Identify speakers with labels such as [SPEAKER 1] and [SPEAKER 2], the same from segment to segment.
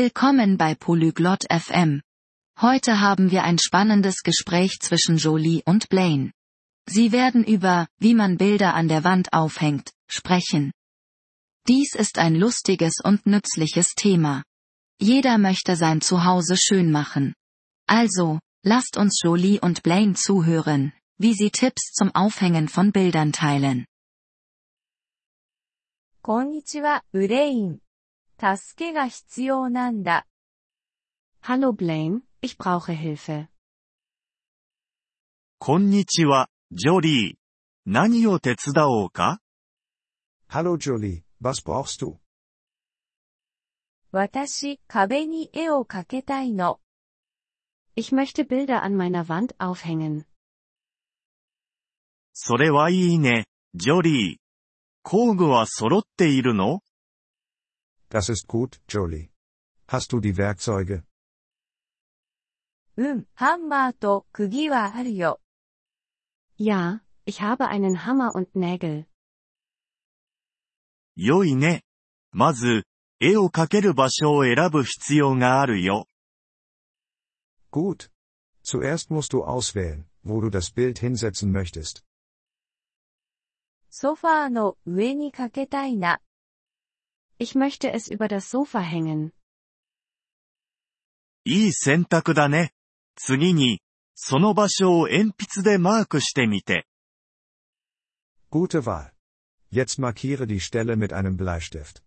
[SPEAKER 1] Willkommen bei Polyglot FM. Heute haben wir ein spannendes Gespräch zwischen Jolie und Blaine. Sie werden über, wie man Bilder an der Wand aufhängt, sprechen. Dies ist ein lustiges und nützliches Thema. Jeder möchte sein Zuhause schön machen. Also, lasst uns Jolie und Blaine zuhören, wie sie Tipps zum Aufhängen von Bildern teilen.
[SPEAKER 2] こんにちは、ブレイン。助けが必要なんだ。
[SPEAKER 3] Hallo Blaine, ich brauche Hilfe.
[SPEAKER 4] こんにちは、ジョリー。何を手伝おうか
[SPEAKER 5] Hallo Jolie, was brauchst du?
[SPEAKER 2] 私、壁に絵を描けたいの。
[SPEAKER 3] Ich möchte Bilder an meiner Wand aufhängen.
[SPEAKER 4] それはいいね、ジョリー。工具は揃っているの
[SPEAKER 5] Das ist gut, Jolie. Hast du die Werkzeuge?
[SPEAKER 2] うん、ハンマーと釘はあるよ。
[SPEAKER 3] Ja, ich habe einen Hammer und Nägel.
[SPEAKER 4] 良いね。まず、絵を描ける場所を選ぶ必要があるよ。
[SPEAKER 5] Gut. Zuerst musst du auswählen, wo du das Bild hinsetzen möchtest.
[SPEAKER 2] ソファーの上に描けたいな。
[SPEAKER 3] Ich möchte es über das Sofa hängen.
[SPEAKER 4] いい選択だね。次に、その場所を鉛筆でマークしてみて。
[SPEAKER 5] Gute Wahl. Jetzt markiere die Stelle mit einem Bleistift.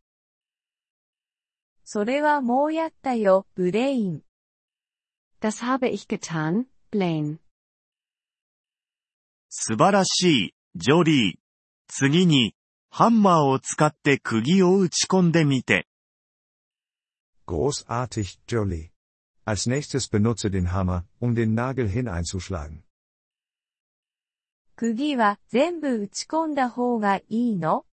[SPEAKER 2] それはもうやったよ、ブレイン。
[SPEAKER 3] Das habe ich getan, Blaine.
[SPEAKER 4] 素晴らしい、ジョリー。次に、ハンマーを使って釘を打ち込んでみて。
[SPEAKER 5] Großartig, Jolie. Als nächstes benutze den Hammer, um den Nagel hineinzuschlagen.
[SPEAKER 2] 釘は全部打ち込んだ方がいいの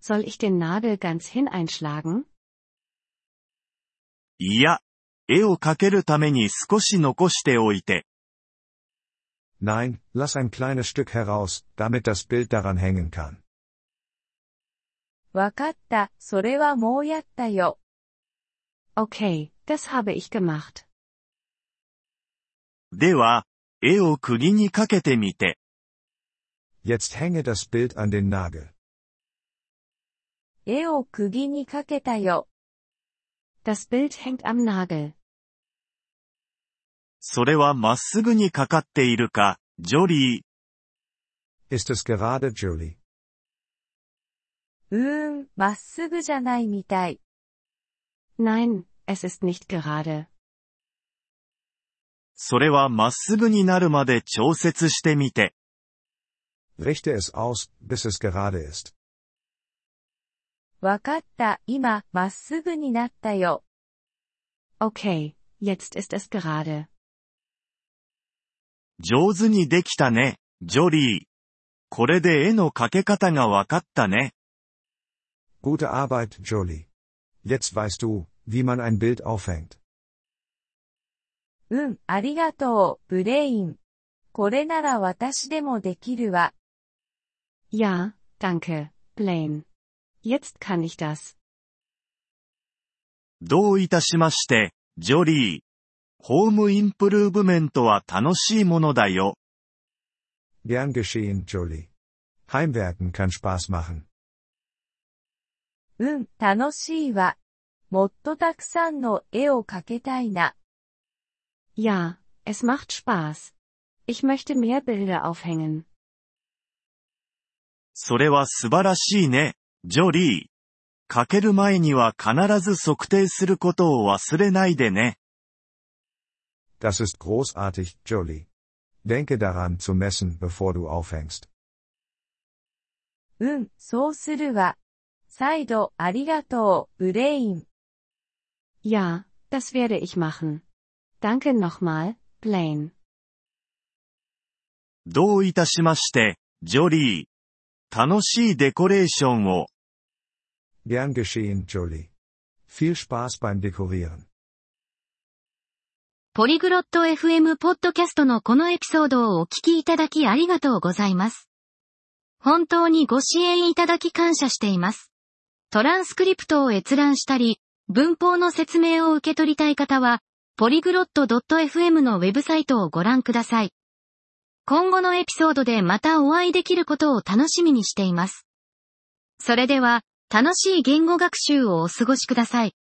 [SPEAKER 3] Soll ich den Nagel ganz hineinschlagen?
[SPEAKER 4] いや、絵を描けるために少し残しておいて。
[SPEAKER 5] Nein, lass ein kleines Stück heraus, damit das Bild daran hängen kann.
[SPEAKER 2] わかった、それはもうやったよ。
[SPEAKER 3] Okay, das habe ich gemacht.
[SPEAKER 4] では、絵を釘にかけてみて。
[SPEAKER 5] Jetzt hänge das Bild an den Nagel.
[SPEAKER 2] 絵を釘に描けたよ。
[SPEAKER 3] Das Bild hängt am Nagel.
[SPEAKER 4] それはまっすぐにかかっているか、ジョリー。
[SPEAKER 5] Ist es gerade, Jolie?
[SPEAKER 2] うーん、まっすぐじゃないみたい。
[SPEAKER 3] Nein, es ist nicht gerade.
[SPEAKER 4] それはまっすぐになるまで調節してみて。
[SPEAKER 5] Richte es aus, bis es gerade ist.
[SPEAKER 2] わかった、今、まっすぐになったよ。
[SPEAKER 3] Okay, jetzt ist es gerade.
[SPEAKER 4] 上手にできたね、ジョリー。これで絵の描け方がわかったね。
[SPEAKER 5] Gute Arbeit, Jolie. Jetzt weißt du, wie man ein Bild aufhängt.
[SPEAKER 2] うん、ありがとう、ブレイン。これなら私でもできるわ。
[SPEAKER 3] Ja, danke, Blaine. Jetzt kann ich das.
[SPEAKER 4] どういたしまして、ジョリー。ホームインプルーブメントは楽しいものだよ。
[SPEAKER 5] Gern geschehen, Jolie. Heimwerken kann Spaß machen.
[SPEAKER 2] うん、楽しいわ。もっとたくさんの絵を描けたいな。
[SPEAKER 3] Ja, es macht Spaß. Ich möchte mehr Bilder aufhängen.
[SPEAKER 4] それは素晴らしいね、ジョリー。描ける前には必ず測定することを忘れないでね。
[SPEAKER 5] Das ist großartig, Jolie. Denke daran zu messen, bevor du aufhängst.
[SPEAKER 2] うん、そうするわ。再度ありがとう、ブレイン。
[SPEAKER 3] Ja, das werde ich machen. Danke nochmal, Blaine.
[SPEAKER 4] どういたしまして、ジョリー。楽しいデコレーションを。
[SPEAKER 5] Gern geschehen, Jolie. Viel Spaß beim Dekorieren.
[SPEAKER 6] ポリグロット FM ポッドキャストのこのエピソードをお聞きいただきありがとうございます。本当にご支援いただき感謝しています。トランスクリプトを閲覧したり、文法の説明を受け取りたい方は、ポリグロット .fm のウェブサイトをご覧ください。今後のエピソードでまたお会いできることを楽しみにしています。それでは、楽しい言語学習をお過ごしください。